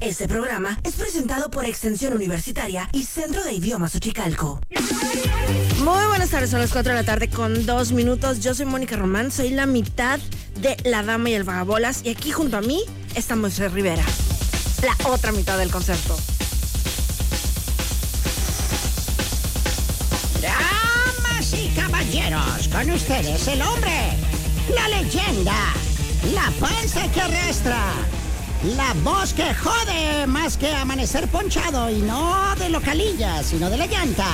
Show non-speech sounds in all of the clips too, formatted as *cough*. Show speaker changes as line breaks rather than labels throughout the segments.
Este programa es presentado por Extensión Universitaria y Centro de Idiomas Uchicalco. Muy buenas tardes, son las 4 de la tarde con 2 minutos. Yo soy Mónica Román, soy la mitad de La Dama y el Vagabolas y aquí junto a mí está Moisés Rivera, la otra mitad del concierto.
Damas y caballeros, con ustedes el hombre, la leyenda, la panza que arrastra, la voz que jode más que amanecer ponchado y no de localilla, sino de la llanta.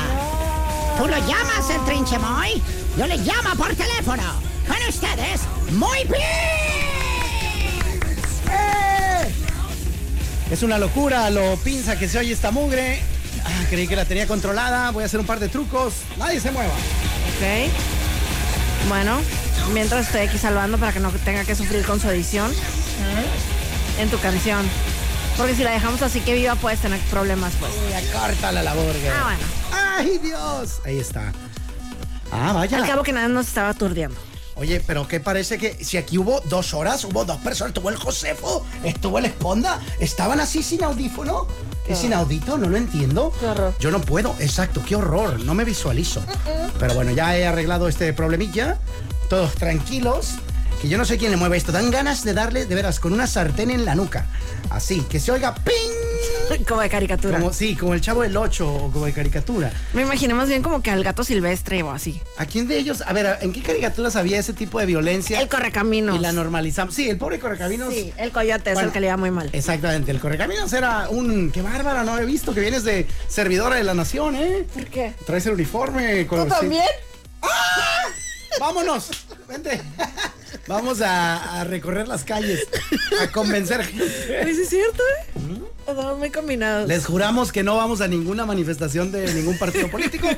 Tú lo llamas el trinchemoy, yo le llamo por teléfono. Con ustedes, muy bien.
Es una locura lo pinza que se oye esta mugre. Ah, creí que la tenía controlada. Voy a hacer un par de trucos. Nadie se mueva.
Ok. Bueno, mientras estoy aquí salvando para que no tenga que sufrir con su edición en tu canción. Porque si la dejamos así que viva puedes tener problemas pues.
Ya córtala la burger.
Ah, bueno.
¡Ay, Dios! Ahí está. Ah, vaya.
Al cabo que nada nos estaba aturdiendo. *laughs*
Oye, pero que parece que si aquí hubo dos horas, hubo dos personas. Estuvo el Josefo, estuvo el Esponda. Estaban así sin audífono. Es inaudito, no lo entiendo.
Qué horror.
Yo no puedo, exacto, qué horror, no me visualizo. Pero bueno, ya he arreglado este problemilla. Todos tranquilos. Que yo no sé quién le mueve esto. Dan ganas de darle, de veras, con una sartén en la nuca. Así, que se oiga ¡ping!
Como de caricatura.
Como, sí, como el chavo del 8 o como de caricatura.
Me imaginé más bien como que al gato silvestre o así.
¿A quién de ellos? A ver, ¿en qué caricaturas había ese tipo de violencia?
El correcaminos.
Y la normalizamos. Sí, el pobre Correcaminos.
Sí, el coyote es
Bueno, Eh.
el que le iba muy mal.
Exactamente, el Correcaminos era un. ¡Qué bárbara! No he visto que vienes de servidora de la nación, ¿eh?
¿Por qué?
Traes el uniforme.
¿Tú
con- sí. Eh.
también?
¡Vámonos! Vente. *laughs* Vamos a, a recorrer las calles, a convencer gente.
Pues es cierto, ¿eh? Estamos muy combinados.
Les juramos que no vamos a ninguna manifestación de ningún partido político.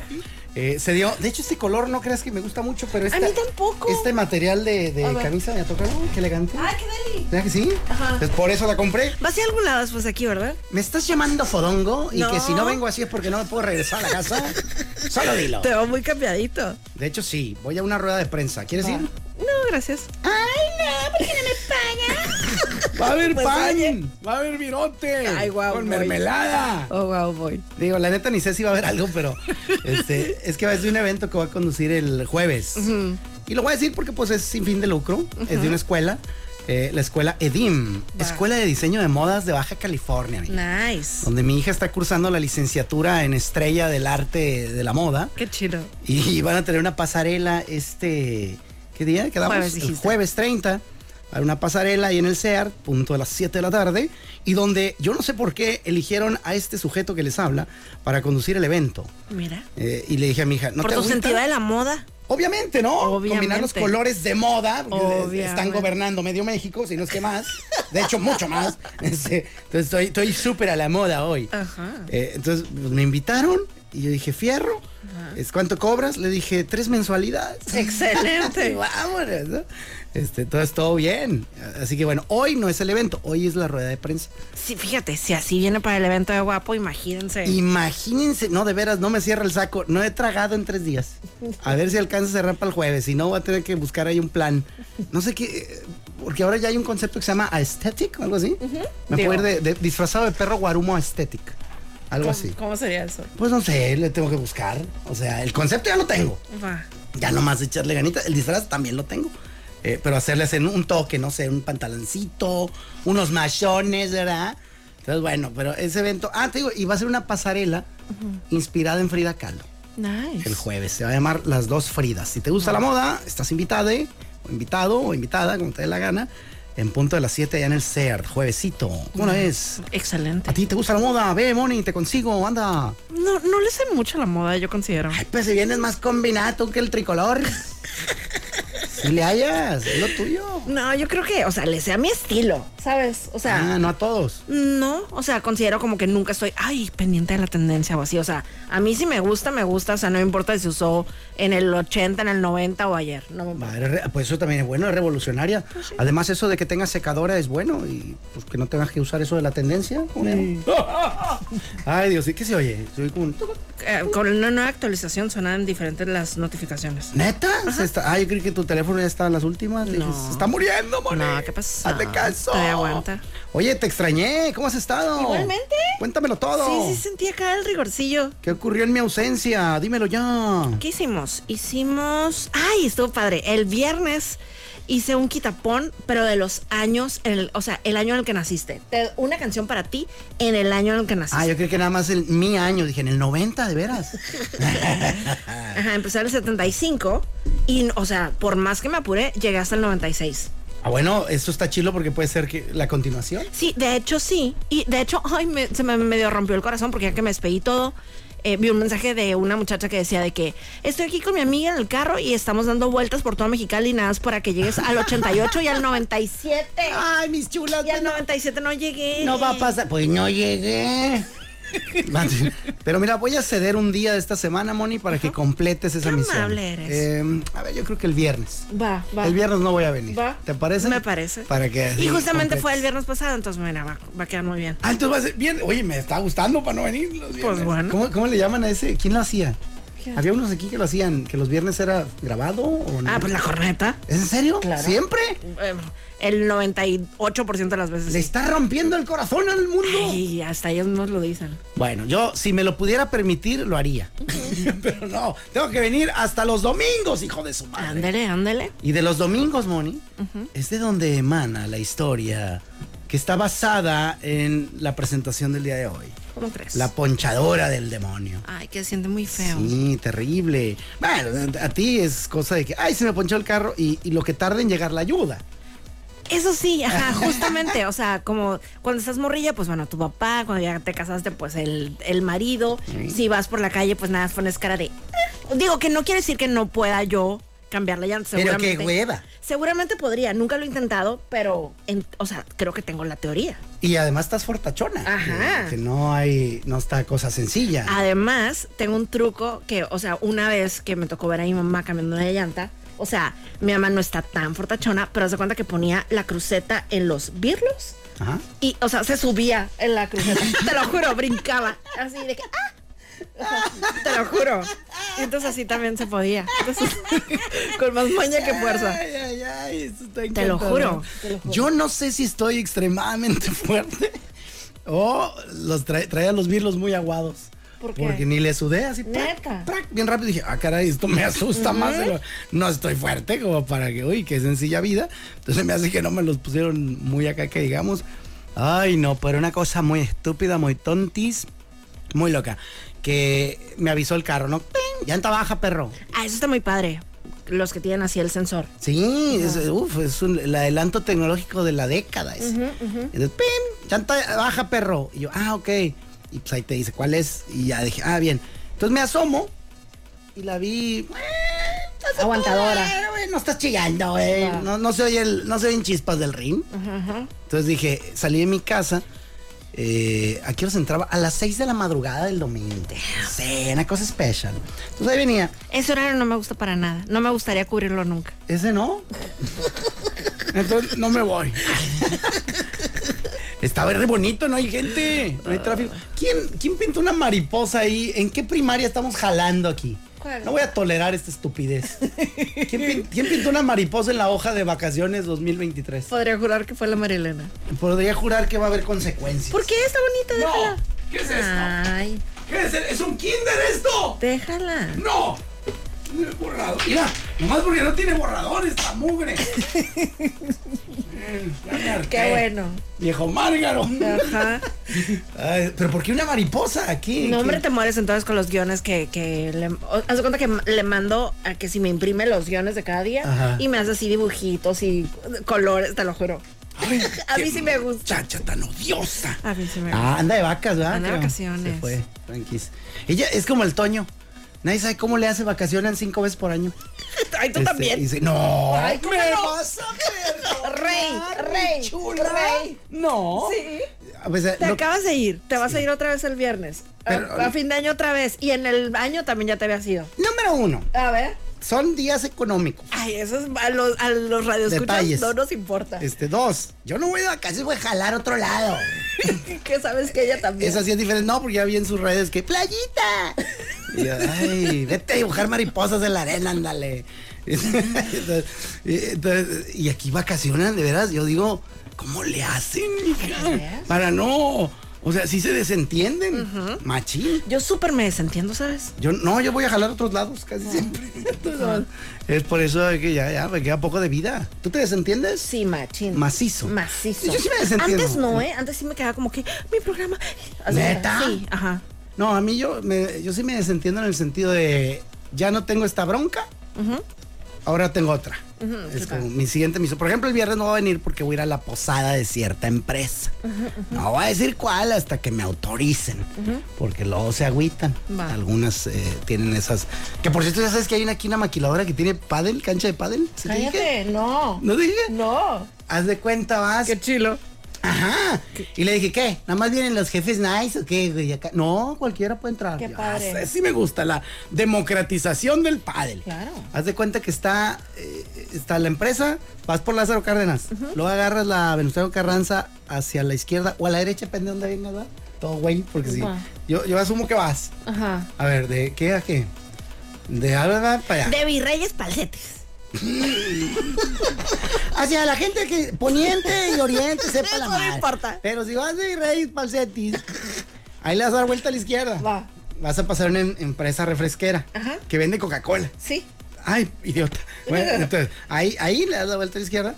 Eh, se dio. De hecho, este color no creas que me gusta mucho, pero este.
mí tampoco.
Este material de, de
A ver.
camisa me ha tocado. Uy, qué elegante.
¡Ay, qué deli!
¿Verdad que sí?
Ajá.
Pues por eso la compré.
Vas a ir a algún lado después de aquí, ¿verdad?
¿Me estás llamando fodongo? Y
No.
que si no vengo así es porque no me puedo regresar a la casa. Solo dilo.
Te veo muy cambiadito.
De hecho, sí, voy a una rueda de prensa. ¿Quieres ir?
No, gracias.
*laughs* ¡Va a haber
Pues,
pan!
oye.
¡Va a haber virote!
Ay, guau,
¡Con
voy.
mermelada!
Oh, wow, voy.
Digo, la neta ni sé si va a haber algo, pero este, es que va a ser un evento que va a conducir el jueves. Y lo voy a decir porque pues es sin fin de lucro, es de una escuela, eh, la escuela EDIM, Escuela de Diseño de Modas de Baja California. amiga.
Nice.
donde mi hija está cursando la licenciatura en estrella del arte de la moda
Qué chido.
y van a tener una pasarela este ¿qué día? Quedamos
Jueves,
el
dijiste.
jueves 30 para una pasarela ahí en el CEAR, punto a las 7 de la tarde, y donde yo no sé por qué eligieron a este sujeto que les habla para conducir el evento.
Mira.
Eh, y le dije a mi hija, ¿no
Por
te
tu
agüita?"
sentido de la moda.
Obviamente, ¿no?
Obviamente.
Combinar los colores de moda, porque
Obviamente.
están gobernando medio México, si no es que más. De hecho, mucho más. *laughs* Este, Entonces, estoy- estoy súper a la moda hoy.
Ah. Ajá.
Eh, entonces, pues, me invitaron y yo dije, fierro, ¿es ¿cuánto cobras? Le dije, tres mensualidades.
*laughs* Excelente.
*laughs* Y Vámonos, ¿no? Este, entonces, todo bien. Así que, bueno, hoy no es el evento, hoy es la rueda de prensa.
Sí, fíjate, si así viene para el evento de guapo, imagínense.
Imagínense, no, de veras, no me cierra el saco. No he tragado en tres días. A ver si alcanza a cerrar para el jueves. Si no, voy a tener que buscar ahí un plan. No sé qué, eh, porque ahora ya hay un concepto que se llama aesthetic o algo así. Me
Digo.
puedo ir de, de- disfrazado de perro guarumo aesthetic. Algo así.
¿Cómo sería eso?
Pues no sé, le tengo que buscar. O sea, el concepto ya lo tengo.
Va.
Ya nomás echarle ganita. El disfraz también lo tengo. Eh, pero hacerles en un toque, no sé, un pantaloncito, unos machones, ¿verdad? Entonces, bueno, pero ese evento. Ah, te digo, y va a ser una pasarela inspirada en Frida Kahlo.
Nice.
El jueves se va a llamar Las Dos Fridas. Si te gusta la moda, estás invitada, ¿eh? o invitado, o invitada, como te dé la gana, en punto de las 7 allá en el CERT, juevesito. ¿Cómo no es?
Excelente.
¿A ti te gusta la moda? Ve, Moni, te consigo, anda.
No, no le sé mucho a la moda, yo considero.
Ay, pues si vienes más combinado que el tricolor. Si le hayas, es lo tuyo.
No, yo creo que, o sea, le sea mi estilo, ¿sabes? O sea,
Ah, no a todos.
no, o sea, considero como que nunca estoy, ay, pendiente de la tendencia o así. O sea, a mí si me gusta, me gusta. O sea, no me importa si se usó en el 80, en el 90 o ayer. No me importa.
Madre, re- pues eso también es bueno, es revolucionaria.
Pues
Además, eso de que tengas secadora es bueno y pues que no tengas que usar eso de la tendencia. *laughs* Ay, Dios, ¿y qué se oye? Se oye como un-
Eh, con una nueva actualización sonaban diferentes las notificaciones.
¿Neta? Se está... Ah, yo creí que tu teléfono ya estaba en las últimas. Dije,
No.
se está muriendo, Moni.
No, ¿qué pasó?
Hazle caso.
Todavía aguanta.
Oye, te extrañé. ¿Cómo has estado?
Igualmente.
Cuéntamelo todo.
Sí, sí, sentí acá el rigorcillo.
¿Qué ocurrió en mi ausencia? Dímelo ya.
¿Qué hicimos? Hicimos. ¡Ay! Estuvo padre. El viernes hice un quitapón, pero de los años, el, o sea, el año en el que naciste. Te- una canción para ti en el año en el que naciste.
Ah, yo creí que nada más en mi año. Dije, en el 90, de veras.
Ajá, empecé en el 75 y, o sea, por más que me apuré, llegué hasta el 96.
ah, bueno, esto está chilo porque puede ser que la continuación.
Sí, de hecho sí. Y de hecho, ay, me- se me medio rompió el corazón porque ya que me despedí todo, eh, vi un mensaje de una muchacha que decía de que estoy aquí con mi amiga en el carro y estamos dando vueltas por todo Mexicali nada más para que llegues al 88 y al 97.
Ay, mis chulas.
Y al
no,
97 no llegué.
no va a pasar. Pues no llegué. Mati, Pero mira, voy a ceder un día de esta semana, Moni, para que completes esa
Qué
misión.
amable eres.
Eh, a ver, yo creo que el viernes.
Va, va.
El viernes no voy a venir.
Va.
¿Te parece?
Me parece.
Para que. así
Y justamente fue
completes.
el viernes pasado, entonces mira, va, va a quedar muy bien.
Ah, entonces va a ser bien. Oye, me está gustando para no venir los viernes.
Pues bueno.
¿Cómo, cómo le llaman a ese? ¿Quién lo hacía? Había unos aquí que lo hacían, que los viernes era grabado o no.
Ah, pues la corneta.
¿Es en serio?
Claro.
¿Siempre?
eh, el 98% de las veces.
Le
sí.
está rompiendo el corazón al mundo.
Ay, hasta ellos nos lo dicen.
Bueno, yo si me lo pudiera permitir, lo haría. *laughs* Pero no, tengo que venir hasta los domingos, hijo de su madre.
Ándele, ándele.
Y de los domingos, Moni, es de donde emana la historia que está basada en la presentación del día de hoy.
¿Cómo crees?
La ponchadora del demonio.
Ay, que se siente muy feo.
Sí, terrible. Bueno, a a ti es cosa de que, ay, se me ponchó el carro y, y lo que tarda en llegar la ayuda.
Eso sí,
*laughs*
ajá, justamente, o sea, como cuando estás morrilla, pues bueno, tu papá, cuando ya te casaste, pues el, el marido, si vas por la calle, pues nada, pones cara de... "Ah". Digo que no quiere decir que no pueda yo cambiarle ya
Pero qué
seguramente.
hueva.
Seguramente podría, nunca lo he intentado, pero, en- o sea, creo que tengo la teoría.
Y además estás fortachona.
Ajá. Ah.
Que, que no hay, no está cosa sencilla.
Además, tengo un truco que, o sea, una vez que me tocó ver a mi mamá cambiando de llanta, o sea, mi mamá no está tan fortachona, pero se cuenta que ponía la cruceta en los birlos
Ajá.
y, o sea, se subía en la *laughs* cruceta. te lo juro, brincaba. Así de que, ¡ah! O sea, te lo juro. Y entonces así también se podía. Entonces, *laughs* con más maña que fuerza.
Ay, ay, ay, eso está
Te lo
encantador.
juro, te lo juro.
Yo no sé si estoy extremadamente *laughs* fuerte o los tra- traía los virlos muy aguados.
¿Por qué?
Porque ni le sudé así. prac,
Neta.
prac, bien rápido dije, ah, caray, esto me asusta más. de lo- No estoy fuerte como para que, uy, qué sencilla vida. Entonces me hace que no me los pusieron muy acá que digamos. Ay, no, pero una cosa muy estúpida, muy tontis, muy loca. Que me avisó el carro, ¿no? ¡Ping! Llanta baja, perro.
Ah, eso está muy padre. Los que tienen así el sensor.
Sí, es, uf, es un- el adelanto tecnológico de la década. ese. Entonces, ¡pim! Chanta, baja, perro. Y yo, ah, ok. Y pues ahí te dice cuál es. Y ya dije, ah, bien. Entonces me asomo y la vi. eh, estás
Aguantadora.
atorada, güey, No estás chillando, güey.
No.
No. no se oye el- no se oyen chispas del ring. Entonces dije, salí de mi casa. Eh, ¿A qué horas entraba? A las 6 de la madrugada del domingo. Sí, una cosa especial. Entonces ahí venía.
Ese horario no me gusta para nada. No me gustaría cubrirlo nunca.
Ese no. Entonces no me voy. Estaba re bonito, no hay gente, no hay tráfico. ¿Quién, ¿Quién pintó una mariposa ahí? ¿En qué primaria estamos jalando aquí?
¿Cuál?
No voy a tolerar esta estupidez. ¿Quién, pin- quién pintó una mariposa en la hoja de vacaciones 2023?
Podría jurar que fue la Marilena.
Podría jurar que va a haber consecuencias.
¿Por qué está bonita? Déjala.
¿Qué es
Ay,
¿Qué es, ¿Es un kinder esto?
déjala.
¡No! Tiene borrador. Mira, nomás porque no tiene borrador esta
*laughs*
mugre. Eh, ya me harté.
Qué bueno.
Viejo Márgaro. *laughs*
Ajá.
Ay, Pero ¿por qué una mariposa aquí?
No, hombre,
¿Qué?
te mueres entonces con los guiones que, que le... o- Haz de cuenta que m- le mando a que si me imprime los guiones de cada día
Ajá.
y me hace así dibujitos y colores, te lo juro.
Ay,
*laughs* A mí
qué
sí me gusta.
Chacha tan odiosa.
A mí sí me gusta.
Ah, anda de vacas, ¿verdad?
Anda de
Creo.
vacaciones.
Se fue, tranquis. Ella es como el Toño. Nadie sabe cómo le hace vacacionan cinco veces por año.
*laughs* Ay, tú
Este,
también.
y dice, no.
Ay, ¿cómo
me
no?
vas a perdonar,
Rey,
mi
rey,
chula.
rey.
No.
Sí.
A veces,
Te
no-
acabas de ir, te vas a ir otra vez el viernes. A-
Pero-
a, fin de año otra vez. Y en el año también ya te habías ido.
Número uno,
A ver.
son días económicos.
Ay, eso es a los, a los radioescuchas
Detalles.
no nos importa.
Este, dos, yo no voy de vacaciones, voy a jalar otro lado.
*laughs* que sabes que ella también.
Esa sí es diferente. No, porque ya vi en sus redes que playita. Y yo, ay, vete a dibujar mariposas en la arena, ándale. *laughs* Entonces, y, entonces, y aquí vacacionan, de veras, yo digo, ¿cómo le hacen? hija? Para no. O sea, sí se desentienden. Machín.
Yo súper me desentiendo, ¿sabes?
Yo no, yo voy a jalar a otros lados casi siempre. *laughs* Entonces, es por eso que ya, ya me queda poco de vida. ¿Tú te desentiendes?
Sí, machín.
Macizo.
Macizo.
Yo sí me desentiendo.
Antes no, ¿eh? Antes sí me quedaba como que mi programa. Así,
¿Neta?
Sí, ajá.
No, a mí yo, me- yo sí me desentiendo en el sentido de ya no tengo esta bronca, ahora tengo otra. es como mi siguiente misión. Por ejemplo, el viernes no voy a venir porque voy a ir a la posada de cierta empresa. No voy a decir cuál hasta que me autoricen, porque luego se agüitan.
Va.
Algunas eh, tienen esas. Que por cierto, ya sabes que hay una, aquí una maquiladora que tiene pádel, cancha de pádel. ¿Sí te dije?
Cállate, no.
¿No te dije?
No.
Haz de cuenta, vas.
Qué chilo.
Ajá. Y le dije, ¿qué? ¿Nada más vienen los jefes nice o qué? güey? Acá- No, cualquiera puede entrar.
Qué
Yo,
padre.
"Ah, sí, sí me gusta la democratización del pádel.
Claro.
Haz de cuenta que está, eh, está la empresa, vas por Lázaro Cárdenas, luego agarras la Venustiano Carranza hacia la izquierda o a la derecha, depende de dónde vengas, ¿verdad? Todo güey, porque sí.
Va.
Yo, yo asumo que vas.
Ajá.
A ver, ¿de qué a qué? De Álvaro para allá.
De virreyes palcetes.
Hacia la gente que poniente y oriente
*laughs*
sepa la
Eso no
madre.
importa.
Pero si vas de Reyes Palcetis, ahí le vas a dar vuelta a la izquierda.
Va.
Vas a pasar una em- empresa refresquera
Ajá.
que vende Coca-Cola.
Sí.
Ay, idiota.
*laughs*
Bueno, entonces, ahí, ahí le das la vuelta a la izquierda.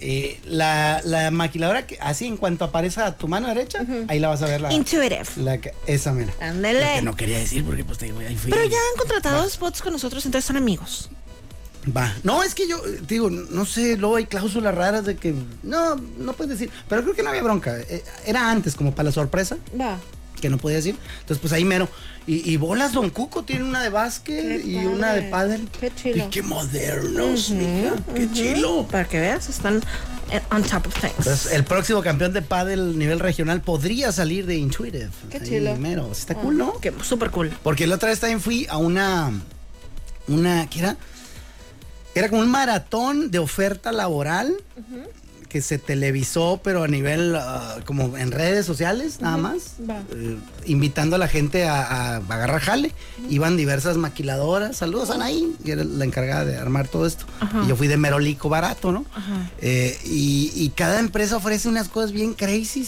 Eh, la, la maquiladora que así en cuanto aparece a tu mano derecha, ahí la vas a ver la,
Intuitive.
la que- esa mira. Lo que
Ándele.
no quería decir porque pues te digo, ahí fui.
Eh. Pero ya han contratado spots con nosotros, entonces son amigos.
Va. No, es que yo, eh, te digo, no sé, luego hay cláusulas raras de que. No, no puedes decir. Pero creo que no había bronca. eh, Era antes, como para la sorpresa,
Va.
que no podía decir. Entonces, pues ahí mero. Y, y bolas, Don Cuco tiene una de básquet
Qué
y una de
padre.
pádel.
Qué chilo.
Y qué modernos, mija, Qué chilo.
Para que veas, están eh, on top of things.
Entonces, el próximo campeón de pádel nivel regional podría salir de Intuitive.
Qué
Ahí
chilo. Ah.
Mero. Está cool, ¿no?
Que súper cool.
Porque la otra vez también fui a una. Una. ¿Qué era? Era como un maratón de oferta laboral que se televisó, pero a nivel. ah, como en redes sociales, nada más.
Va.
eh, invitando a la gente a, a agarrar jale. Iban diversas maquiladoras. Saludos a Anaí, que era la encargada de armar todo esto. Y yo fui de merolico barato, ¿no? Eh, y, y cada empresa ofrece unas cosas bien crazy.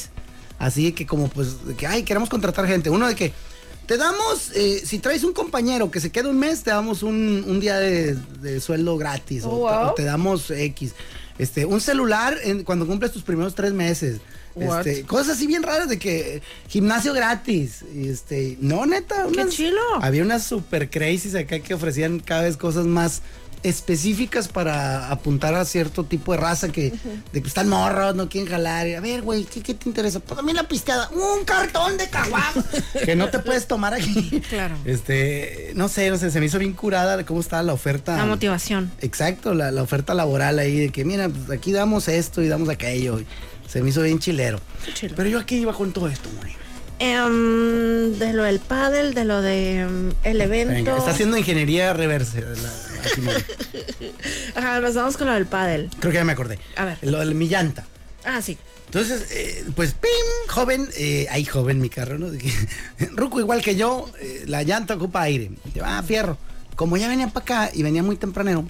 Así de que, como pues, de que, ay, queremos contratar gente. Uno de que. Te damos, eh, si traes un compañero que se queda un mes, te damos un, un día de, de sueldo gratis.
Oh,
o, te,
wow.
o te damos X. Este, un celular en- cuando cumples tus primeros tres meses.
What?
Este, cosas así bien raras de que eh, gimnasio gratis. Este, no, neta.
¡Qué chilo!
Había unas super crazies acá que ofrecían cada vez cosas más específicas para apuntar a cierto tipo de raza que, de que están morros, no quieren jalar. A ver, güey, ¿qué, qué te interesa? Pues a mí la pisteada, un cartón de caguama que no te puedes tomar aquí.
Claro.
Este, no sé, no sé, se me hizo bien curada de cómo estaba la oferta.
La motivación.
Exacto, la, la oferta laboral ahí de que, mira, pues aquí damos esto y damos aquello. y se me hizo bien chilero.
Qué chilo.
Pero yo aquí iba con todo esto, güey.
Em, de lo del pádel, de lo de em, el evento.
Venga, está haciendo ingeniería reverse. la- la Simón. *laughs*
Ajá, nos vamos con lo del pádel.
Creo que ya me acordé.
A ver.
Lo de mi llanta.
Ah, sí.
Entonces, eh, pues, ¡pim! Joven, eh, ahí joven mi carro, ¿no? *laughs* Ruco igual que yo, eh, la llanta ocupa aire. Yo, Ah, fierro. Como ya venía para acá y venía muy tempranero,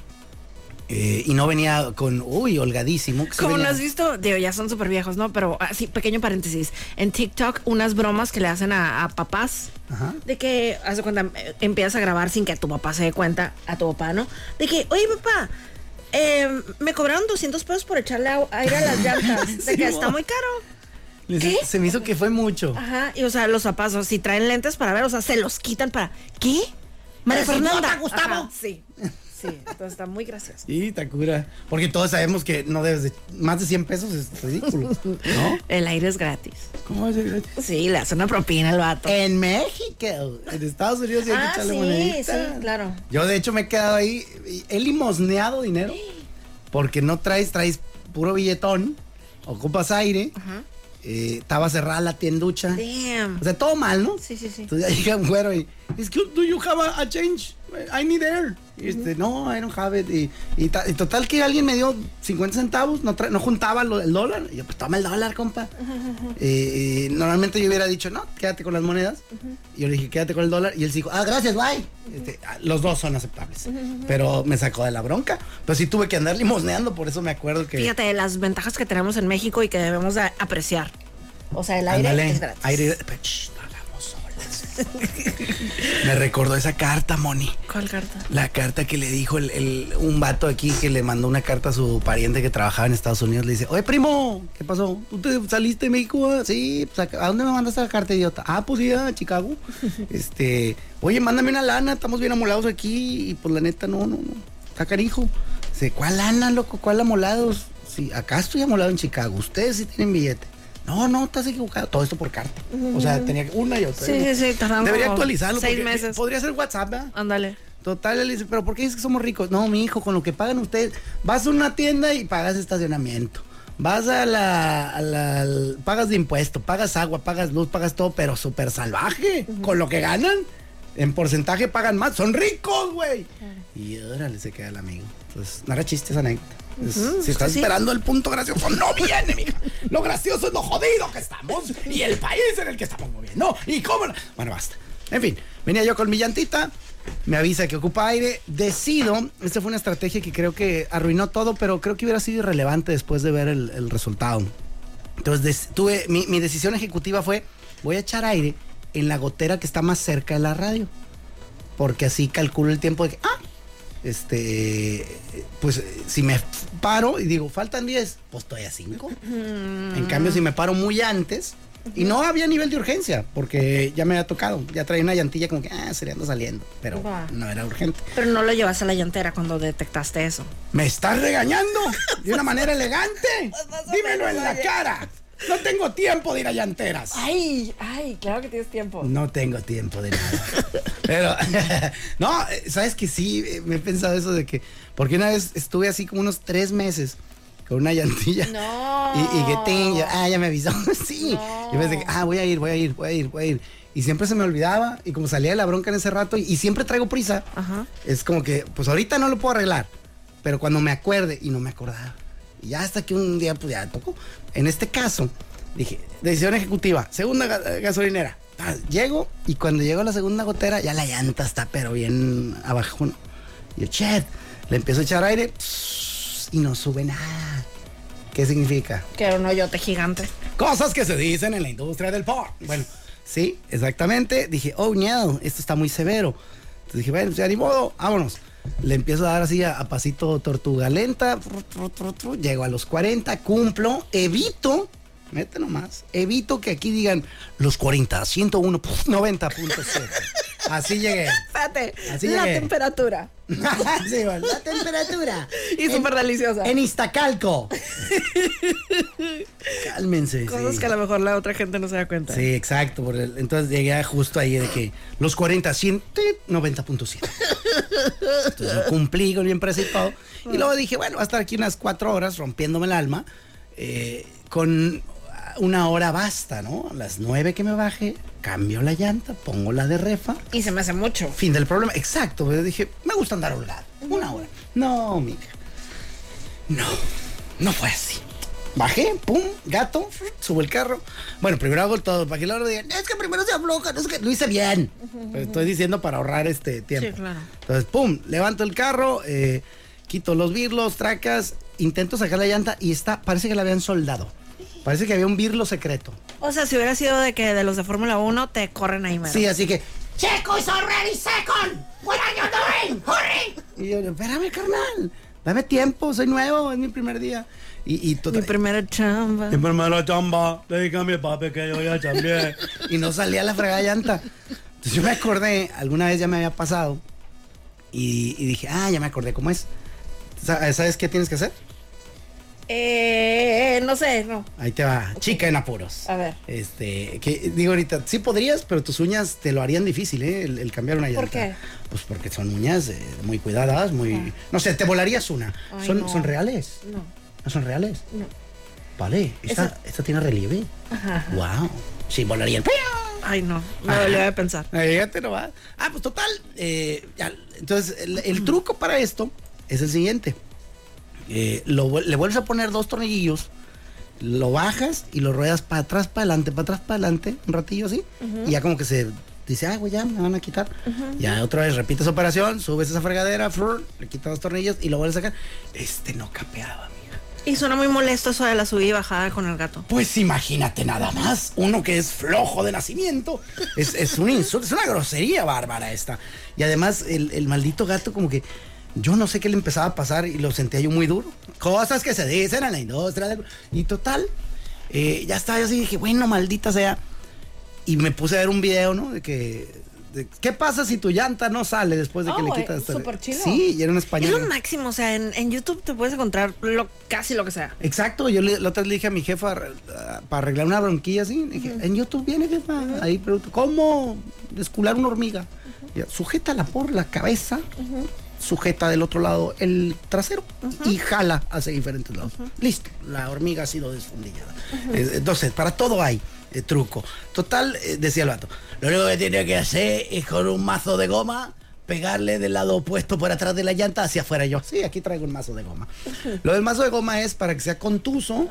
eh, y no venía con, uy, holgadísimo. que sí
Como no
venía-
has visto, digo, ya son súper viejos, ¿no? Pero así, pequeño paréntesis. En TikTok, unas bromas que le hacen a, a papás.
Ajá.
De que, hace cuenta, eh, empiezas a grabar sin que tu papá se dé cuenta, a tu papá, ¿no? De que, oye, papá, em, me cobraron 200 pesos por echarle agua- aire a las
*laughs*
llantas. De que está muy caro.
Les-
¿Qué?
Se me hizo que fue mucho.
Ajá, y o sea, los zapatos, si traen lentes para ver, o sea, se los quitan para. ¿Qué? María
¡Eres
Fernanda.
idiota, Gustavo!
Ajá, sí. Sí, entonces está muy gracioso.
Y Takura. Porque todos sabemos que no debes de. Más de 100 pesos es ridículo.
*laughs*
¿No?
El aire es gratis. Eh,
¿Cómo es el-
Sí, le hace una propina al vato.
En México. En Estados Unidos sí hay que
Ah,
echarle
sí,
monedita.
sí, claro.
Yo, de hecho, me he quedado ahí. y He limosneado dinero. Porque no traes, traes puro billetón. Ocupas aire. eh, estaba cerrada la tienducha.
Damn.
O sea, todo mal, ¿no?
Sí, sí, sí.
Entonces *laughs* ya llega un güero y, excuse, do you have a, a change? I need air. Y este, no, I don't have it. Y, y ta- y total que alguien me dio 50 centavos, no, tra- no juntaba lo- el dólar. Y yo, pues toma el
*laughs*
dólar, compa. Eh, eh, normalmente yo hubiera dicho, no, quédate con las monedas. Y yo le dije, quédate con el dólar. Y él dijo, ah, gracias, bye. Este, ah, los dos son aceptables. Pero me sacó de la bronca. Pero sí tuve que andar limosneando, por eso me acuerdo que...
Fíjate, las ventajas que tenemos en México y que debemos de apreciar. O sea, el aire
Ándale,
es gratis.
aire- pero, shh, no hagamos olas. *laughs* me recordó esa carta, Moni.
¿Cuál carta?
La carta que le dijo el, el- un vato aquí que le mandó una carta a su pariente que trabajaba en Estados Unidos. Le dice, oye, primo, ¿qué pasó? ¿Tú te saliste de México? ah? Sí, pues, ¿a a dónde me mandaste la carta, idiota? Ah, pues sí,
*laughs*
a Chicago. este, oye, mándame una lana, estamos bien amolados aquí. Y pues la neta, no, no, no. Está canijo. Dice, ¿cuál lana, loco? ¿Cuál amolados? Sí, acá estoy amolado en Chicago. Ustedes sí tienen billete. No, no, estás equivocado. Todo esto por carta. O sea, tenía una y otra.
Sí, sí, sí, tardaron
Debería
como
actualizarlo.
seis
porque
meses.
Podría ser WhatsApp, ¿verdad?
Ándale.
Total, él dice, pero ¿por qué dices que somos ricos? No, mi hijo, con lo que pagan ustedes, vas a una tienda y pagas estacionamiento. Vas a la, a la- al- pagas de impuesto, pagas agua, pagas luz, pagas todo, pero súper salvaje. Con lo que ganan, en porcentaje pagan más. Son ricos, güey. Y órale, se queda el amigo. Entonces, no era chiste esa anécdota. Es- si estás
sí.
esperando el punto gracioso, no viene, mija. Lo gracioso es lo jodido que estamos y el país en el que estamos moviendo. Y cómo. no- Bueno, basta. En fin, venía yo con mi llantita, me avisa que ocupa aire. Decido, esta fue una estrategia que creo que arruinó todo, pero creo que hubiera sido irrelevante después de ver el, el resultado. Entonces, des- tuve, mi, mi decisión ejecutiva fue: voy a echar aire en la gotera que está más cerca de la radio. Porque así calculo el tiempo de que, ah, este, pues si me paro y digo, faltan 10, pues estoy a 5.
Mm.
En cambio, si me paro muy antes, y no había nivel de urgencia, porque ya me había tocado, ya traía una llantilla como que, ah, se le anda saliendo, pero
Va.
no era urgente.
Pero no lo llevas a la llantera cuando detectaste eso.
Me estás regañando de una
*laughs*
manera elegante.
Pues más o
Dímelo en
menos,
la
oye.
cara. No tengo tiempo de ir a llanteras.
Ay, ay, claro que tienes tiempo.
No tengo tiempo de
*laughs*
nada. Pero, *laughs* no, eh, sabes que sí, eh, me he pensado eso de que, porque una vez estuve así como unos tres meses con una llantilla.
No.
Y, y que ting, yo, ah, ya me avisó. *laughs* sí.
No.
Yo pensé, que, ah, voy a ir, voy a ir, voy a ir, voy a ir. Y siempre se me olvidaba, y como salía de la bronca en ese rato, y, y siempre traigo prisa,
Ajá.
es como que, pues ahorita no lo puedo arreglar, pero cuando me acuerde, y no me acordaba. Y ya hasta que un día, pues ya tocó. En este caso, dije, decisión ejecutiva, segunda ga- gasolinera. Ah, Llego, y cuando llego a la segunda gotera, ya la llanta está, pero bien abajo. ¿no? Y yo, chet, le empiezo a echar aire, y no sube nada. ¿Qué significa?
Que era un hoyote gigante.
Cosas que se dicen en la industria del porn. Bueno, sí, exactamente. Dije, oh, no, esto está muy severo. Entonces dije, bueno, ya ni modo, vámonos. Le empiezo a dar así a, a pasito tortuga lenta. tru, tru, tru, tru, Llego a los 40, cumplo, evito, mete nomás, evito que aquí digan los 40, 101, 90.7. Así llegué.
Espérate,
Así
la
llegué.
temperatura.
*laughs* Sí, bueno, la temperatura.
Y súper deliciosa. *laughs*
En Iztacalco. Cálmense.
Cosas
sí.
que a lo mejor la otra gente no se da cuenta.
Sí, exacto. por el- entonces llegué justo ahí de que los 40, 100, tit, 90.7. Entonces yo cumplí con mi empresa y todo. Y luego dije, bueno, va a estar aquí unas cuatro horas rompiéndome el alma. eh, con una hora basta, ¿no? A las nueve que me baje, cambio la llanta, pongo la de refa.
Y se me hace mucho.
Fin del problema. Exacto. Yo dije, me gusta andar holgado. Una hora. No, mija. No, no fue así. Bajé, pum, gato, subo el carro. Bueno, primero hago todo para que luego digan, es que primero se afloja, no es que lo hice bien. Pero estoy diciendo para ahorrar este tiempo.
Sí, claro.
Entonces, pum, levanto el carro, eh, quito los birlos, tracas, intento sacar la llanta y está, parece que la habían soldado. Parece que había un birlo secreto.
O sea, si hubiera sido de que de los de Fórmula 1 te corren ahí, mero.
Sí, así que. Checo is already second. What are you doing? Hurry. Y yo, espérame, carnal. Dame tiempo, soy nuevo, es mi primer día. Y, y
Mi
total.
primera chamba.
Mi primera chamba, le dije a mi papi que yo ya *laughs* chambeé. y no salía la fregada llanta. Entonces yo me acordé, alguna vez ya me había pasado, Y, y dije, ah, ya me acordé cómo es. Sa- ¿Sabes qué tienes que hacer?
Eh, no sé, no.
Ahí te va, chica en apuros.
A ver.
Este, que digo ahorita, sí podrías, pero tus uñas te lo harían difícil, ¿eh? El, el cambiar una llanta.
¿Por qué? Ah.
Pues porque son uñas eh, muy cuidadas, muy. No sé, te volarías una.
Ay,
son,
no.
son reales.
No.
¿No son reales?
No.
Vale, esta,
Esa-
esta tiene relieve.
Ajá.
Wow. Sí, volaría el.
Ay, no. Me dolió de pensar.
Ah, Fíjate nomás. Ah, pues total. eh, ya, entonces, el, el truco para esto es el siguiente. Eh, lo vuel- le vuelves a poner dos tornillos, lo bajas y lo ruedas para atrás, para adelante, para atrás, para adelante, un ratillo así. Y ya como que se dice, ah, güey, ya me van a quitar. Ya otra vez repites operación, subes esa fregadera, frrr, le quitas dos tornillos y lo vuelves a sacar. Este no capeaba, mija.
Y suena muy molesto eso de la subida y bajada con el gato.
Pues imagínate nada más, uno que es flojo de nacimiento. Es, es un insulto, es una grosería bárbara esta. Y además el, el maldito gato como que yo no sé qué le empezaba a pasar y lo sentía yo muy duro. Cosas que se dicen en la industria. del- Y total, eh, ya estaba yo así, dije, bueno, maldita sea. Y me puse a ver un video, ¿no? De que... de, ¿Qué pasa si tu llanta no sale después de que
Oh,
le
güey,
quitas?
súper chido.
Sí, y era un español.
Es lo máximo, o sea, en, en YouTube te puedes encontrar lo, casi lo que sea.
Exacto, yo le, la otra vez le dije a mi jefa arre- ah, para arreglar una bronquilla así, le dije, en YouTube viene jefa, ahí pregunto, ¿cómo descular una hormiga? Ya, sujétala por la cabeza, sujeta del otro lado el trasero y jala hacia diferentes lados. Listo, la hormiga ha sido desfundillada. Eh, Entonces, para todo hay eh, truco. Total, eh, decía el vato, lo único que tiene que hacer es con un mazo de goma pegarle del lado opuesto por atrás de la llanta hacia afuera. Yo, sí, aquí traigo un mazo de goma. Lo del mazo de goma es para que sea contuso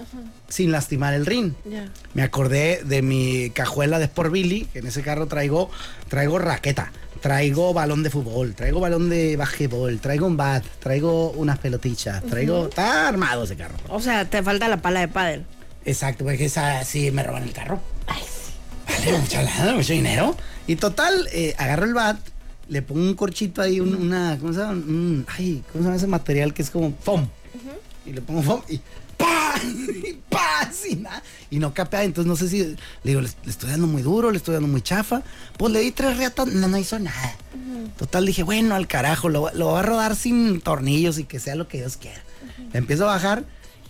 sin lastimar el rin.
Ya.
Me acordé de mi cajuela de Sport Billy, que en ese carro traigo, traigo raqueta, traigo balón de fútbol, traigo balón de basquetbol, traigo un bat, traigo unas pelotichas, traigo... Está armado ese carro.
O sea, te falta la pala de pádel.
Exacto, porque esa sí me roban el carro. Ay, sí. Vale, mucha lana, mucho dinero. Y total, eh, agarro el bat, le pongo un corchito ahí, un- una, ¿cómo se llama? Un- ay, ¿cómo se llama ese material que es como foam? Y le pongo foam y ¡pa! *laughs* Y ¡pa! Así, nada. Y no capea, entonces no sé si, le digo, le, le estoy dando muy duro, le estoy dando muy chafa. Pues le di tres reatas, no, no hizo nada. Total, dije, bueno, al carajo, lo, lo voy a rodar sin tornillos y que sea lo que Dios quiera. Le empiezo a bajar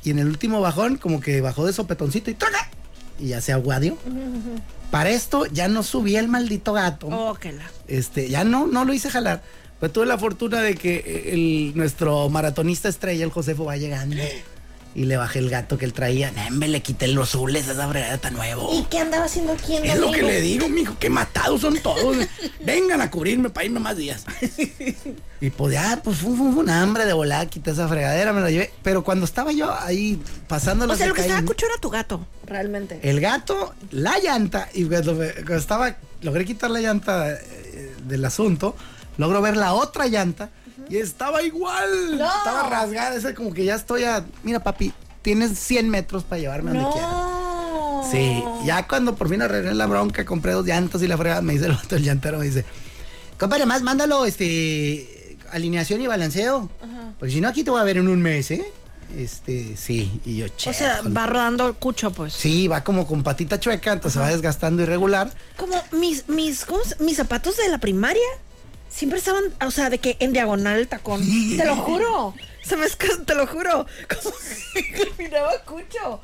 y en el último bajón, como que bajó de sopetoncito y ¡traca! Y ya se aguadió. Para esto ya no subí el maldito gato.
Oh, que la.
Este, ya no, no lo hice jalar. Pero tuve la fortuna de que eh, el, nuestro maratonista estrella, el Josefo, va llegando. Y le bajé el gato que él traía. Nembe, le quité los zules a esa bregada tan nuevo.
qué andaba haciendo aquí en
Es lo que le digo, mijo, que matados son
*laughs*
todos. Vengan a cubrirme para irme más días. y pues ya, pues fue, fue- fue un hambre de volada, quité esa fregadera, me la llevé. Pero cuando estaba yo ahí pasando la
O sea, lo que
secaína-
estaba cucho era tu gato. Realmente.
el gato, la llanta, y cuando, me- cuando estaba, logré quitar la llanta eh, del asunto, logro ver la otra llanta y estaba igual. Estaba rasgada, ese como que ya estoy a. Mira, papi, tienes 100 metros para llevarme a donde quieras.
No.
Sí, ya cuando por fin arreglé la bronca, compré dos llantas y la fregada, me dice el vato, el llantero, me dice, compadre, más mándalo, este, alineación y balanceo, porque si no aquí te voy a ver en un mes, ¿eh? Este, sí, y yo, che.
O sea,
híjole".
va rodando el cucho, pues.
Sí, va como con patita chueca, entonces se va desgastando irregular.
Como mis, mis, ¿cómo se- mis zapatos de la primaria siempre estaban, o sea, de que en diagonal el tacón. Te lo juro. Se me esca- te lo juro. Como *laughs* que caminaba cucho.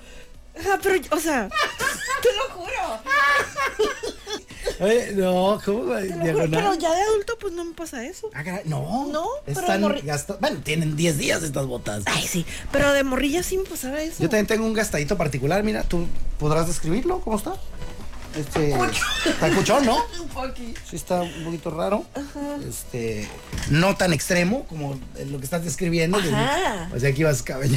Ajá, pero, yo- o sea, te lo juro.
Eh, no, ¿cómo? Ah,
Te lo juro. Pero ya de adulto, pues no me pasa eso.
no,
No, pero
están
de morri-
gasta- Bueno, tienen 10 días estas botas.
Ay, sí. Pero de morrilla sí me pasaba eso.
Yo también tengo un gastadito particular, mira, tú podrás describirlo, ¿cómo está? Este. Está cuchón,
*laughs*
¿no? Sí, está un poquito raro. Este. No tan extremo como lo que estás describiendo. que-
Ajá.
O sea, aquí vas *laughs* cabello,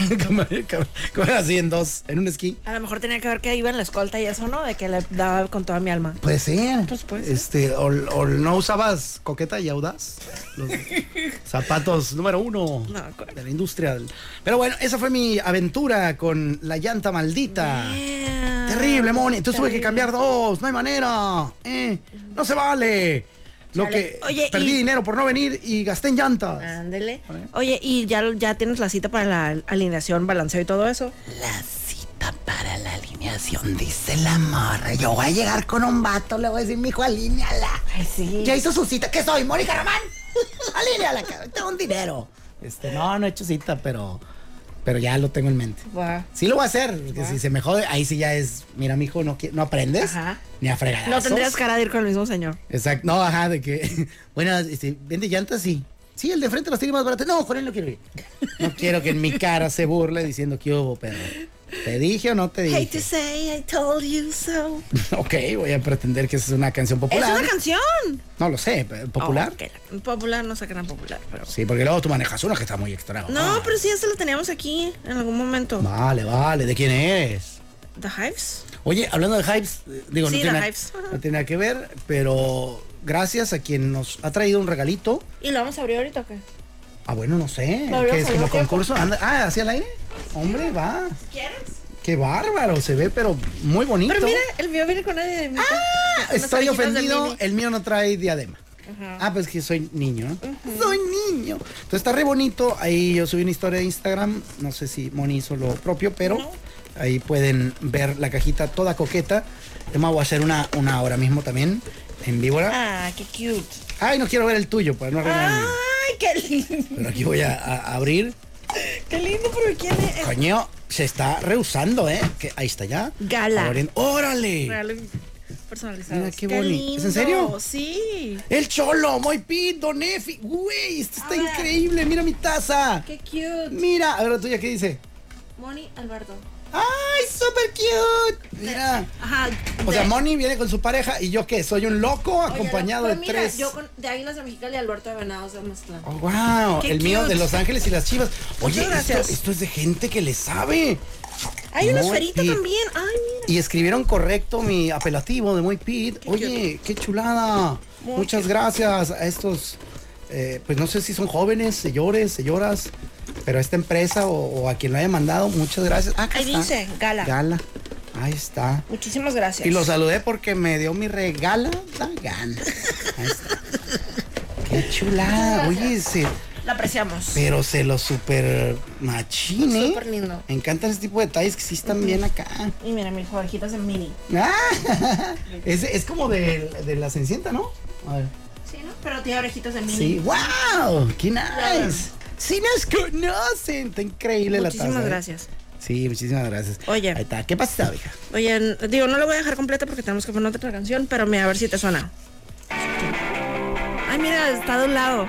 así en dos, en un esquí.
A lo mejor tenía que ver que iba en la escolta y eso, ¿no? De que le daba con toda mi alma.
Puede ser.
Pues puede ser.
este, o, o no usabas coqueta y audaz.
*laughs*
Los zapatos número uno
No, ¿cuál?
de la industria. Pero bueno, esa fue mi aventura con la llanta maldita.
Yeah.
Terrible, Moni. Entonces tuve que cambiar dos. No hay manera. Eh, no se vale. Lo
Chale.
que
Oye,
perdí
y- Ah.
dinero por no venir y gasté en llantas.
Ándele. Oye, ¿y ya, ya tienes la cita para la alineación, balanceo y todo eso?
La cita para la alineación, dice la morra. Yo voy a llegar con un vato, le voy a decir, mijo, alineala.
Ay, sí.
Ya hizo su cita. ¿Qué soy, Mónica Román?
Alineala, cabrón, tengo un dinero.
Este, no, no he hecho cita, pero, pero ya lo tengo en mente.
Va.
Sí lo voy a hacer, porque si se me jode, ahí sí ya es, mira, mijo, no, qui- no aprendes
Ajá.
ni a fregar.
No tendrías cara de ir con el mismo señor.
Exacto, no, ajá, de que, *laughs* bueno, este, vende llantas, sí. Sí, el de frente las tiene más baratas. No, con él no quiero ir. No quiero que en mi cara se burle diciendo que hubo, perro. ¿Te dije o no te dije?
Hate to say I told you so.
*laughs* Ok, voy a pretender que esa es una canción
Es
popular.
una canción.
No lo sé, pe- popular.
Oh, ok. Popular, no sé qué tan popular, pero.
Sí, porque luego tú manejas una que está muy extra.
No, pero sí, esta la teníamos aquí en algún momento.
Vale, vale, ¿de quién eres?
The Hives.
Oye, hablando de Hypes, eh, digo,
Sí, de
no, tiene nada,
Hypes, ajá.
no tiene nada que ver, pero gracias a quien nos ha traído un regalito.
¿Y lo vamos a abrir ahorita o qué?
Ah, bueno, no sé,
Lo abrimos
que es
al
como
mismo tiempo.
concurso. Anda- ah, hacia el aire. Hombre, va.
¿Quieres?
Qué bárbaro, se ve, pero muy bonito.
Pero mira, el mío viene con nadie de mi-
Ah,
unas orejitas
estoy
del
ofendido,
Mimi.
el mío no trae diadema. Ah, pues que soy niño, ¿no? Soy niño. Entonces está re bonito. Ahí yo subí una historia de Instagram. No sé si Moni hizo lo propio, pero ahí pueden ver la cajita toda coqueta. Además, voy a hacer una, una ahora mismo también en víbora.
Ah, qué cute.
Ay, no quiero ver el tuyo para no arruinar el mío.
Ay, qué lindo.
Pero aquí voy a, a abrir.
Qué lindo, pero ¿quién es?
Coño, se está rehusando, ¿eh? Que, ahí está ya.
Gala.
Abren- ¡Órale!
Regalos personalizados.
Mira, qué boni- ¿Es en serio?
Sí.
El Cholo, Moy Pit, Don Efi. Güey, esto está
A ver.
increíble. Mira mi taza.
Qué cute.
Mira, a ver la tuya, ¿qué dice?
Moni Alberto.
¡Ay, super cute! Mira.
Ajá.
O sea,
de-
Moni viene con su pareja y yo qué, soy un loco
Oye,
acompañado
pues
de
mira,
tres.
Yo con, de Águilas de Mexicali y Alberto de Venados de Mazatlán.
Oh, wow,
Qué
el mío
cute.
de Los Ángeles y las Chivas. Oye,
Muchas
esto,
gracias.
esto es de gente que le sabe.
Hay una
Moy
esferita
Pit.
también. Ay, mira.
Y escribieron correcto mi apelativo de Moy Pit. Oye, qué chulada.
Muy
Muchas
cute.
gracias a estos, eh, pues no sé si son jóvenes, señores, señoras, pero a esta empresa o, o a quien lo haya mandado, muchas gracias. Ah, acá
Ahí
está.
dice, gala.
Gala. Ahí está.
Muchísimas gracias.
Y lo saludé porque me dio mi regala la gana. Ahí está. Qué chulada. Oye, se-
La apreciamos.
pero se lo super machine. ¿eh?
Súper lindo.
Me encantan ese tipo de detalles que sí están bien acá.
Y mira, mis orejitas en mini.
Ah, *laughs* es, es como de, de la Cenicienta, ¿no? A ver.
Sí, ¿no? Pero tiene orejitas en mini.
Sí, wow, qué nice. Si nos conocen, está increíble la taza.
Muchísimas
¿eh?
gracias.
Sí, muchísimas gracias.
Oye.
Ahí está. ¿Qué pasa, vieja?
Oye, n- digo, no lo voy a dejar completa porque tenemos que poner otra canción, pero mira, a ver si te suena. Ay, mira, está de un lado.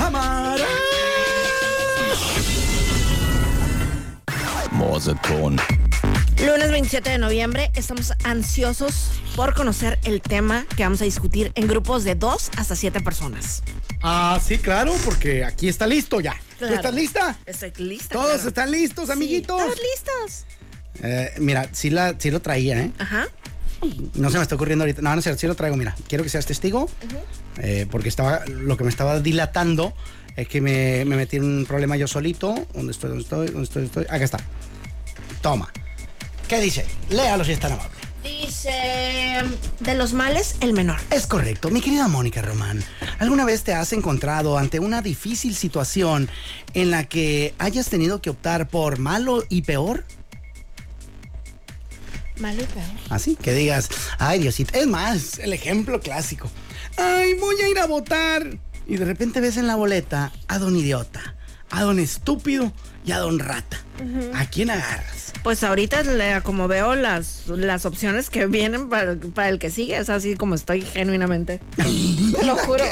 amarás.
Morseton.
Lunes 27 de noviembre, estamos ansiosos por conocer el tema que vamos a discutir en grupos de 2 hasta 7 personas.
Ah, sí, claro, porque aquí está listo ya.
Claro.
¿Tú estás lista?
Estoy lista.
¿Todos
claro.
están listos,
Sí,
amiguitos?
¿Todos listos?
Eh, mira, sí, la, sí lo traía, ¿eh?
Ajá.
No se me está ocurriendo ahorita. No, no sé, sí lo traigo, mira. Quiero que seas testigo. eh, porque estaba, lo que me estaba dilatando es que me, me metí en un problema yo solito. ¿Dónde estoy? ¿Dónde estoy? ¿Dónde estoy? estoy? Acá está. Toma. ¿Qué dice? Léalo si es tan amable.
Dice, de los males, el menor.
Es correcto, mi querida Mónica Román. ¿Alguna vez te has encontrado ante una difícil situación en la que hayas tenido que optar por malo y peor?
Malo y peor.
Así que digas, ay Diosito, es más, el ejemplo clásico. Ay, voy a ir a votar. Y de repente ves en la boleta a don idiota, a don estúpido y a don rata. ¿A quién agarras?
Pues ahorita, le- como veo las, las opciones que vienen para, para el que sigue, es así como estoy genuinamente. Te lo juro.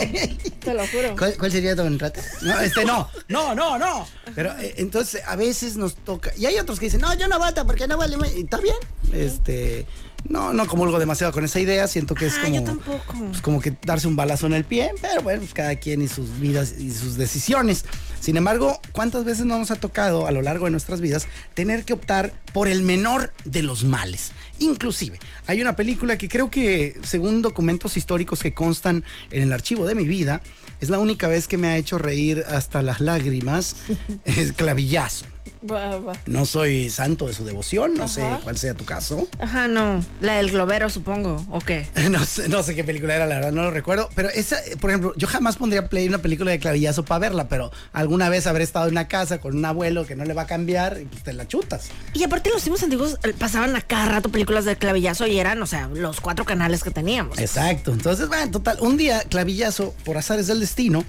Te lo juro.
¿Cuál, cuál sería don rata? No, este no, no, no, no. Pero eh, entonces a veces nos toca. Y hay otros que dicen, no, yo no voto porque no vale. ma-". Y Está bien. Este, no, no comulgo demasiado con esa idea. Siento que es
Ah,
como.
yo tampoco.
pues, como que darse un balazo en el pie, pero bueno, pues, cada quien y sus vidas y sus decisiones. Sin embargo, ¿cuántas veces no nos ha tocado a lo largo de nuestras vidas tener que optar por el menor de los males? Inclusive, hay una película que creo que, según documentos históricos que constan en el archivo de
*laughs*
mi vida, es la única vez que me ha hecho reír hasta las lágrimas, es Clavillazo.
Va, va.
No soy santo de su devoción, no sé cuál sea tu caso.
Ajá, no. La del globero, supongo. ¿O qué?
*laughs* No sé, no sé qué película era, la verdad, no lo recuerdo. Pero esa, eh, por ejemplo, yo jamás pondría play una película de clavillazo para verla, pero alguna vez habré estado en una casa con un abuelo que no le va a cambiar y pues te la chutas.
Y aparte los filmes antiguos eh, pasaban a cada rato películas de clavillazo y eran, o sea, los cuatro canales que teníamos.
Exacto. Entonces, bueno, total, un día clavillazo, por azares del destino,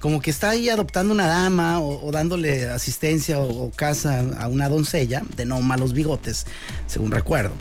como que está ahí adoptando una dama o, o dándole asistencia o, o casa a una doncella de no malos bigotes, según recuerdo.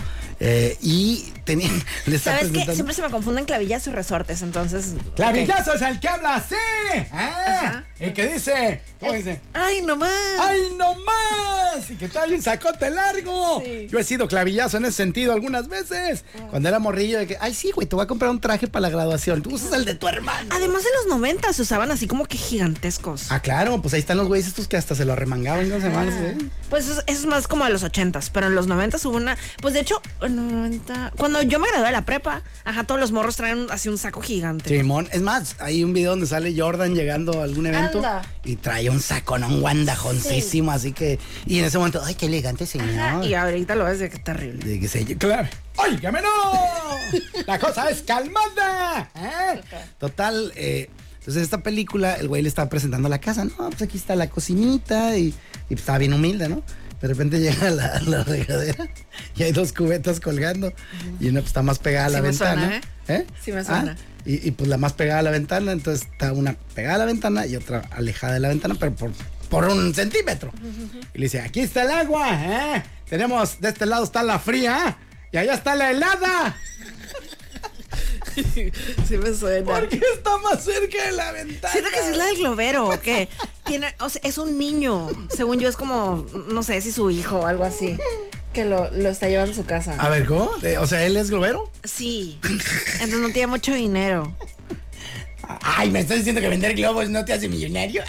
Eh, y tenía, *laughs* le está
¿Sabes qué?
presentando-
Siempre se me confunden clavillazo y resortes, entonces...
Clavillazo es el que habla así. ¿eh?
Ajá.
Y que dice, ¿cómo dice?
ok. ¡Ay, no más!
¡Ay, no más! Y que trae un sacote largo.
Sí. Ah.
Yo he sido clavillazo en ese sentido algunas veces. Cuando era morrillo, de que, ay, sí, güey, te voy a comprar un traje para la graduación. Tú usas el de tu hermano.
Además en los 90 se usaban así como que gigantescos.
Ah, claro, pues ahí están los güeyes estos que hasta se lo arremangaban dos semanas. ¿eh?
Pues eso, eso es más como de los 80s, pero en los 90s hubo una... Pues de hecho, en los 90... Cuando yo me gradué de la prepa, ajá, todos los morros traen así un saco gigante.
Simón, es más, hay un video donde sale Jordan llegando a algún evento
Anda.
y trae un sacón, un guandajoncísimo, así que. Y en ese momento, ay, qué elegante señor.
Y ahorita lo ves de que terrible.
De que se-
Claro. ¡Óigame no! La cosa es calmada. ¿eh?
Total, eh, entonces esta película, el güey le estaba presentando la casa, no, pues aquí está la cocinita y, y pues estaba bien humilde, ¿no? De repente llega la, la regadera y hay dos cubetas colgando y una pues está más pegada a la
Sí me
ventana.
suena, ¿eh? Sí me suena.
y, y, pues la más pegada a la ventana, entonces está una pegada a la ventana y otra alejada de la ventana, pero por, por un centímetro.
Y le dice, aquí está el agua, ¿eh? Tenemos, de este lado está la fría y allá está la helada.
Sí me suena.
Porque está más cerca de la ventana.
Siento que sí es la del globero, ¿o qué? Tiene, o sea, es un niño. Según yo, es como, no sé si su hijo o algo así. Que lo, lo está llevando a su casa.
A ver, ¿cómo? Eh, O sea, él es globero.
Sí. Entonces no tiene mucho dinero.
Ay, ¿me estás diciendo que vender globos no te hace millonario?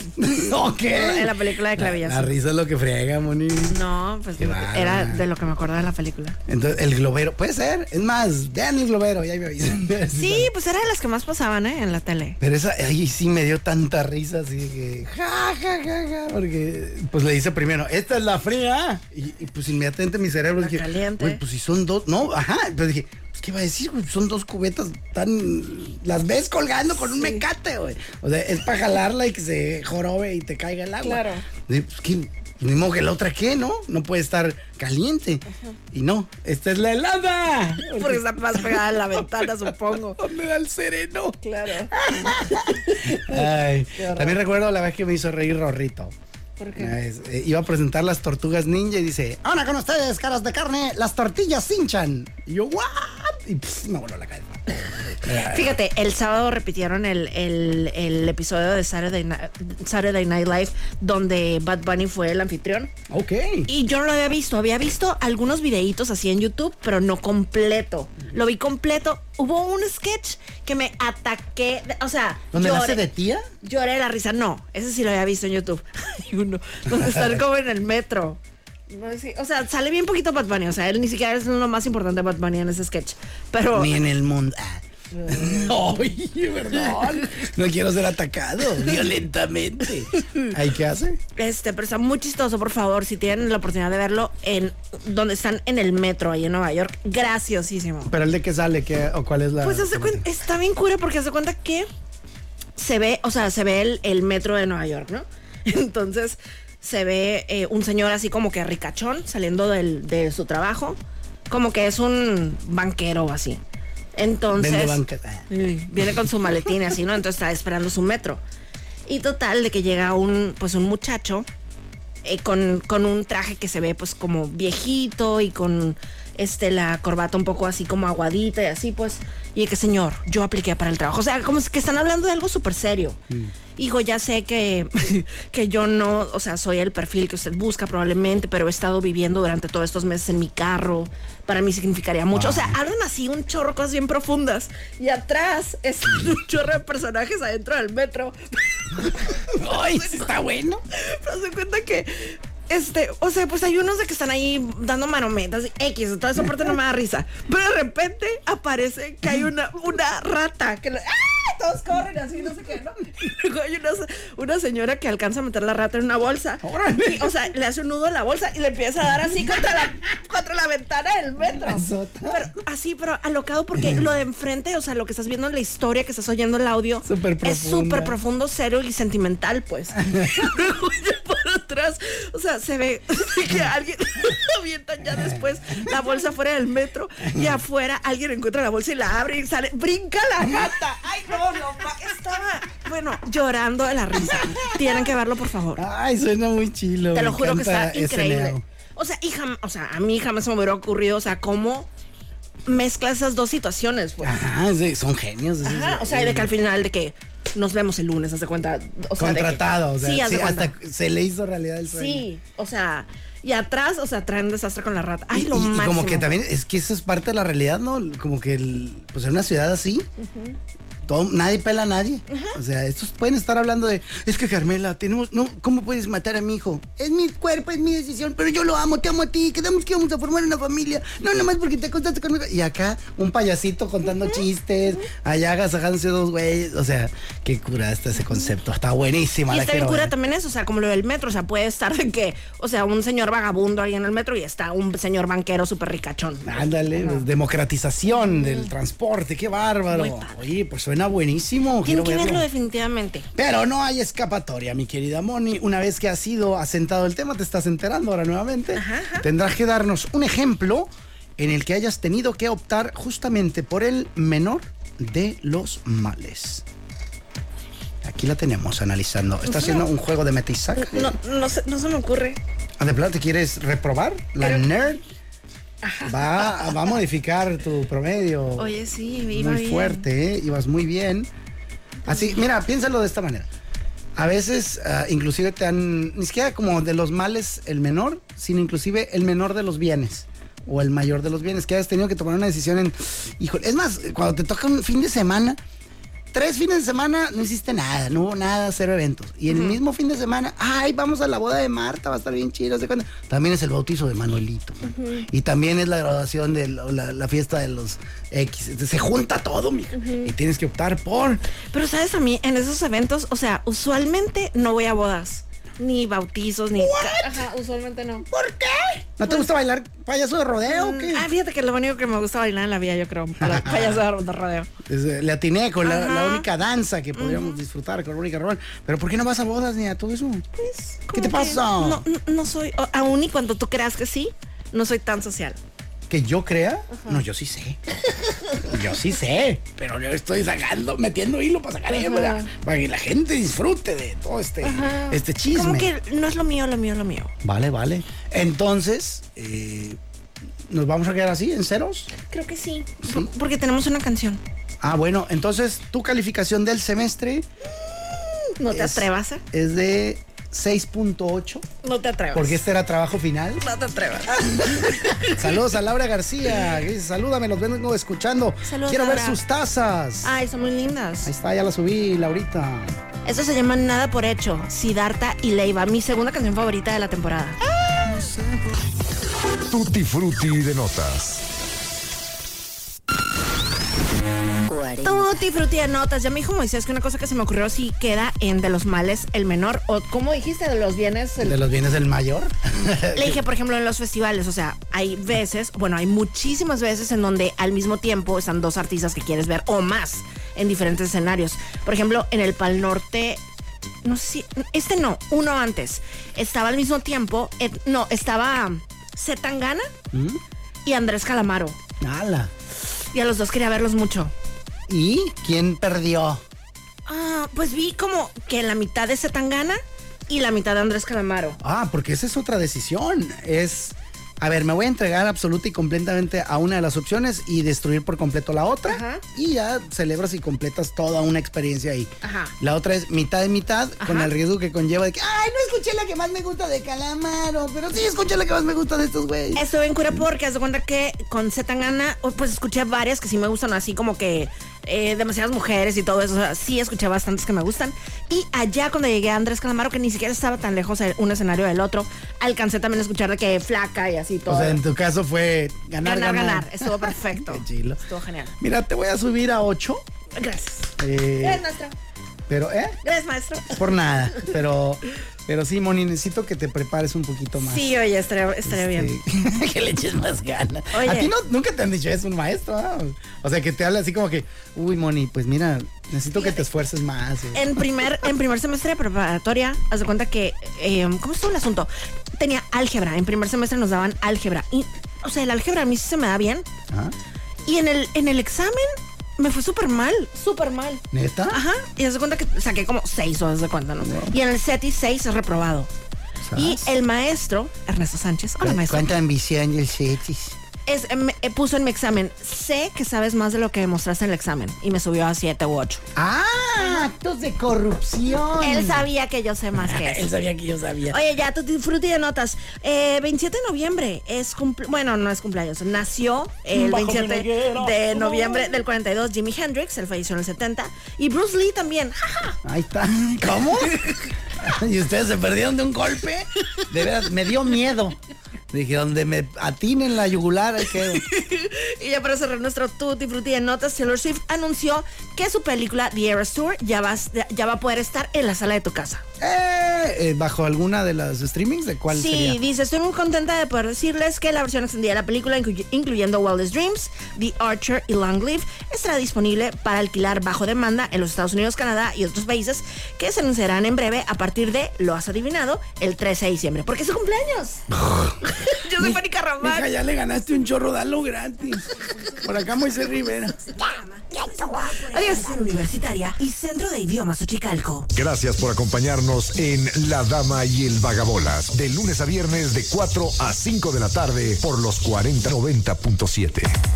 *laughs* ¿O qué?
En la película de
La,
Clavillazo.
la risa es lo que friega, Moni.
No, pues
Qué
lo que- era
bárbara.
de lo que me acordaba de la película.
Entonces, el globero, puede ser. Es más, vean el globero, ya me avisan. *laughs*
Sí, pues era de las que más pasaban, ¿eh? En la tele.
Pero esa, ahí sí me dio tanta risa, así de que, ja, ja, ja, ja, porque, pues le dice primero, esta es la fría, y, y, pues inmediatamente mi cerebro
La
dije,
caliente.
"Güey, pues si son dos, no, ajá, entonces dije, pues qué va a decir, güey, son dos cubetas, tan, las ves colgando con un mecate, güey, o sea, es para jalarla y que se jorobe y te caiga el agua.
Claro.
Dije, pues qué, ni modo que la otra qué, ¿no? No puede estar caliente, y no, esta es
*laughs*
la helada.
Porque está más pegada a la ventana, supongo.
¿Dónde da el sereno?
Claro.
Ay, también recuerdo la vez que me hizo reír Rorrito. Una vez, eh, iba a presentar las tortugas ninja y dice, ahora con ustedes, caras de carne, las tortillas hinchan. Y yo, ¿what? Y pss, me voló la cabeza.
Fíjate, el sábado repitieron el, el- el episodio de Saturday Night, Saturday Night Live donde Bad Bunny fue el anfitrión.
Ah, Ok.
Y yo no lo había visto. Había visto algunos videitos así en YouTube, pero no completo. Lo vi completo. Hubo un sketch que me ataqué. de- O sea,
¿Dónde
lloré-
nace de tía?
Lloré de la risa. No, ese sí lo había visto en YouTube. *laughs* Hay uno donde están como en el metro. No sé si- O sea, sale bien poquito Bad Bunny. O sea, él ni siquiera es lo más importante de Bad Bunny en ese sketch. Pero.
Ni en el mundo. Ah. *laughs* Ay, perdón. No quiero ser atacado
*laughs*
violentamente. ¿Ahí qué hace?
Este, pero está muy chistoso, por favor, si tienen la oportunidad de verlo en donde están en el metro ahí en Nueva York. Graciosísimo.
¿Pero el de qué sale? ¿Qué, ¿O cuál es la...?
Pues hace cuenta, está bien cura porque hace cuenta que se ve, o sea, se ve el, el metro de Nueva York, ¿no? *laughs* Entonces se ve eh, un señor así como que ricachón saliendo del- de su trabajo, como que es un banquero o así. Entonces...
Vende banca. Ah.
Sí, Viene con su maletín y así, ¿no? Entonces está esperando su metro. Y total, de que llega un, pues un muchacho eh, con, con un traje que se ve pues como viejito y con este la corbata un poco así como aguadita y así pues. Y de que señor, yo apliqué para el trabajo. O sea, como es que están hablando de algo súper serio. Hijo, ya sé que, que yo no, o sea, soy el perfil que usted busca probablemente, pero he estado viviendo durante todos estos meses en mi carro. Para mí significaría mucho. O sea, hablan así un chorro cosas bien profundas. Y atrás es *laughs* un chorro de personajes adentro del metro.
Ay, sí está bueno.
*laughs* Pero se cuenta que. Este, o sea, pues hay unos de que están ahí dando manometas, y X, toda esa parte no me da risa. Pero de repente aparece que hay una, una rata que la- ¡Ah! Todos corren así, no sé qué, ¿no? Luego hay una, una señora que alcanza a meter la rata en una bolsa.
Órale.
Y, o sea, le hace un nudo a la bolsa y le empieza a dar así contra la, contra la ventana del metro. Pero, así, pero alocado porque lo de enfrente, o sea, lo que estás viendo en la historia, que estás oyendo el audio,
Súper
es
profunda.
súper profundo, serio y sentimental, pues. Luego ya por atrás, o sea, se ve *laughs* que alguien avientan ya después la bolsa fuera del metro y afuera alguien encuentra la bolsa y la abre y sale, brinca la gata. Ay, no, no, pa- estaba, bueno, llorando de la risa. Tienen que verlo, por favor.
Ay, suena muy chilo.
Te
me
lo juro que
encanta
está
ese
increíble.
neo.
O sea, y jam- o sea, a mí jamás se me hubiera ocurrido, o sea, cómo mezcla esas dos situaciones, pues.
Ajá, Ah, sí, son genios. esos
Ajá, o sea,
güeyes.
de que al final de que nos vemos el lunes, haz de cuenta. O sea, de que-
Contratado, o sea,
sí, haz
sí,
de cuenta.
hasta se le hizo realidad el sueño.
Sí, o sea, y atrás, o sea, traen desastre con la rata. Ay,
Y-
lo
y, y
máximo.
como que también, es que eso es parte de la realidad, ¿no? Como que, el- pues en una ciudad así, todo- nadie pela a nadie. O sea, estos pueden estar hablando de, es que Carmela, tenemos, no, ¿cómo puedes matar a mi hijo? Es mi cuerpo, es mi decisión, pero yo lo amo, te amo a ti, quedamos que íbamos a formar una familia. No, nomás porque te acostaste conmigo. Y acá, un payasito contando chistes, allá agasajándose dos güeyes. O sea, qué cura está ese concepto. Está buenísima
Y
la
está bien
quiero
cura
ver.
también eso, o sea, como lo del metro, o sea, puede estar de que, o sea, un señor vagabundo ahí en el metro y está un señor banquero súper ricachón.
Ándale, pues, democratización del transporte, qué
Muy
bárbaro.
padre.
Oye, pues suena buenísimo.
Tienen
quiero
que verlo
verlo.
definitivamente.
Pero no hay escapatoria, mi querida Moni. Una vez que has sido asentado el tema, te estás enterando ahora nuevamente.
Ajá, ajá.
Tendrás que darnos un ejemplo en el que hayas tenido que optar justamente por el menor de los males. Aquí la tenemos analizando. Está haciendo un juego de meta y saca.
No, no, se, no se me ocurre.
Ah, de plano, ¿te quieres reprobar? La
Pero-
nerd va, va a modificar tu promedio.
Oye, sí, iba
Muy
bien.
fuerte, ¿eh? Ibas muy bien. Así, mira, piénsalo de esta manera. A veces, ah, inclusive te han, ni siquiera como de los males el menor, sino inclusive el menor de los bienes o el mayor de los bienes, que hayas tenido que tomar una decisión en, híjole, es más, cuando te toca un fin de semana, tres fines de semana no hiciste nada, no hubo nada, cero eventos. Y el mismo fin de semana, ay, vamos a la boda de Marta, va a estar bien chido, ¿se cuenta? También es el bautizo de Manuelito. man. Y también es la graduación de lo- la, la fiesta de los X. Entonces, se junta todo, mija. Y tienes que optar por.
Pero sabes a mí, en esos eventos, o sea, usualmente no voy a bodas, ni bautizos, ni... Ajá, usualmente no.
¿Por qué? ¿No te gusta bailar payaso de rodeo o qué?
Ah, fíjate que lo único que me gusta bailar en la vida, yo creo,
*laughs*
para payaso de rodeo.
Es, eh, Le atiné con la, la
Ajá.
única danza que podríamos disfrutar con Mónica Román. Pero ¿por qué no vas a bodas ni a todo eso? ¿Qué
Como
te
que
pasa?
No, no, no soy, o- aún y cuando tú creas que sí, no soy tan social.
¿Que yo crea? No, yo sí sé. yo sí sé. Pero yo estoy sacando, metiendo hilo para sacar hilo, ¿verdad? Para que la gente disfrute de todo este, este chisme.
Como que no es lo mío, lo mío, lo mío.
Vale, vale. Entonces, eh, ¿nos vamos a quedar así, en ceros?
Creo que sí. por- Porque tenemos una canción.
Ah, bueno, entonces tu calificación del semestre
No te
Es-
atrevas, ¿eh?
es de 6.8,
No te atrevas.
porque Ah. este era trabajo final.
No te atrevas.
Saludos a Laura García, que dice, salúdame, los vengo escuchando.
Saludos,
Quiero ver
Laura. Ah.
sus tazas.
Ay, son muy lindas.
Ahí está, ya la subí, Laurita.
Eso se llama Nada por Hecho, Sidarta y Leiva, mi segunda canción favorita de la temporada.
Tutti frutti de notas.
Tutti frutti de notas. Ya me dijo Moisés que una cosa que se me ocurrió si queda en de los males el menor o como dijiste de los bienes el
*laughs* ¿De los bienes del mayor?
Le dije, por ejemplo, en los festivales, o sea, hay veces, bueno, hay muchísimas veces en donde al mismo tiempo están dos artistas que quieres ver o más en diferentes escenarios. Por ejemplo, en el Pal Norte, no sé si, este no, uno antes, estaba al mismo tiempo, eh, no, estaba Zetangana y Andrés Calamaro.
¡Hala!
Y a los dos quería verlos mucho.
¿Y quién perdió?
Ah, pues vi como que la mitad de Zetangana y la mitad de Andrés Calamaro.
Ah, porque esa es otra decisión. Es, a ver, me voy a entregar absoluta y completamente a una de las opciones y destruir por completo la otra.
Ajá.
Y ya celebras y completas toda una experiencia ahí.
Ajá.
La otra es mitad y mitad, con
Ajá.
el riesgo que conlleva de que, ay, no escuché la que más me gusta de Calamaro, pero sí escuché la que más me gusta de estos güeyes.
Estuve en cura porque haz de cuenta que con Zetangana, oh, pues escuché varias que sí me gustan, así como que eh, demasiadas mujeres y todo eso. O sea, sí escuché bastantes que me gustan. Y allá cuando llegué a Andrés Calamaro, que ni siquiera estaba tan lejos el- un escenario del otro, alcancé también a escuchar de que flaca y así todo.
O sea, en tu caso fue ganar,
ganar,
ganar. *laughs*
ganar, Estuvo perfecto.
Qué chilo.
Estuvo genial.
Mira, te voy a subir a 8.
Gracias.
Eh,
Gracias, maestro.
pero, ¿eh?
Gracias, maestro.
Por nada. Pero, pero sí, Moni, necesito que te prepares un poquito más.
Sí, oye, estaría, estaría bien.
Este, *laughs* que le eches más ganas.
Oye.
A ti no, nunca te han dicho es un maestro. ah? O sea, que te habla así como que, uy, Moni, pues mira, necesito que te esfuerces más. eh.
En primer, en primer semestre de preparatoria, haz de cuenta que, eh, ¿cómo estuvo el asunto? Tenía álgebra. En primer semestre nos daban álgebra. Y, o sea, el álgebra a mí sí se me da bien.
Ah,
Y en el, en el examen me fue súper mal, súper mal.
¿Neta?
Ajá. Y haz de cuenta que saqué como seis o haz de cuenta, ¿no? Y en el SETI seis es reprobado. Y el maestro, Ernesto Sánchez, hola maestro,
¿Cuánta ambición y el setis?
es, em, eh, puso en mi examen, sé que sabes más de lo que demostraste en el examen. Y me subió a siete u ocho.
¡Ah! Actos de corrupción.
Él sabía que yo sé más que eso.
*laughs* Él sabía que yo sabía.
Oye, ya, tu frutti de notas. Eh, 27 de noviembre es cumple... Bueno, no es cumpleaños. Nació el 27 de noviembre del 42 Jimi Hendrix, él falleció en el 70. Y Bruce Lee también. *laughs* ¡Ja, ja!
Ahí está. ¿Cómo? *laughs* ¿Y ustedes se perdieron de un golpe? De veras, me dio miedo. Dije, donde me atinen la yugular, ahí
*laughs*
quedo.
y ya para cerrar nuestro tutti frutti de notas, Taylor Swift anunció que su película The Eras Tour ya va, a- ya va a poder estar en la sala de tu casa.
Eh, eh, ¿Bajo alguna de las streamings? ¿De cuál
sí,
sería?
dice, estoy muy contenta de poder decirles que la versión extendida de la película, incluy- incluyendo Wildest Dreams, The Archer y Long Live, estará disponible para alquilar bajo demanda en los Estados Unidos, Canadá y otros países que se anunciarán en breve a partir de, lo has adivinado, el 13 de diciembre. Porque es su
*laughs*
cumpleaños. *laughs* Yo soy Mónica
Mija,
Ramón.
ya le ganaste un chorro, dalo gratis. Por acá Moisés Rivera.
Adiós. Universitaria y Centro de Idiomas Uchicalco.
Gracias por acompañarnos en La Dama y el Vagabolas, de lunes a viernes de 4 a 5 de la tarde por los 4090.7.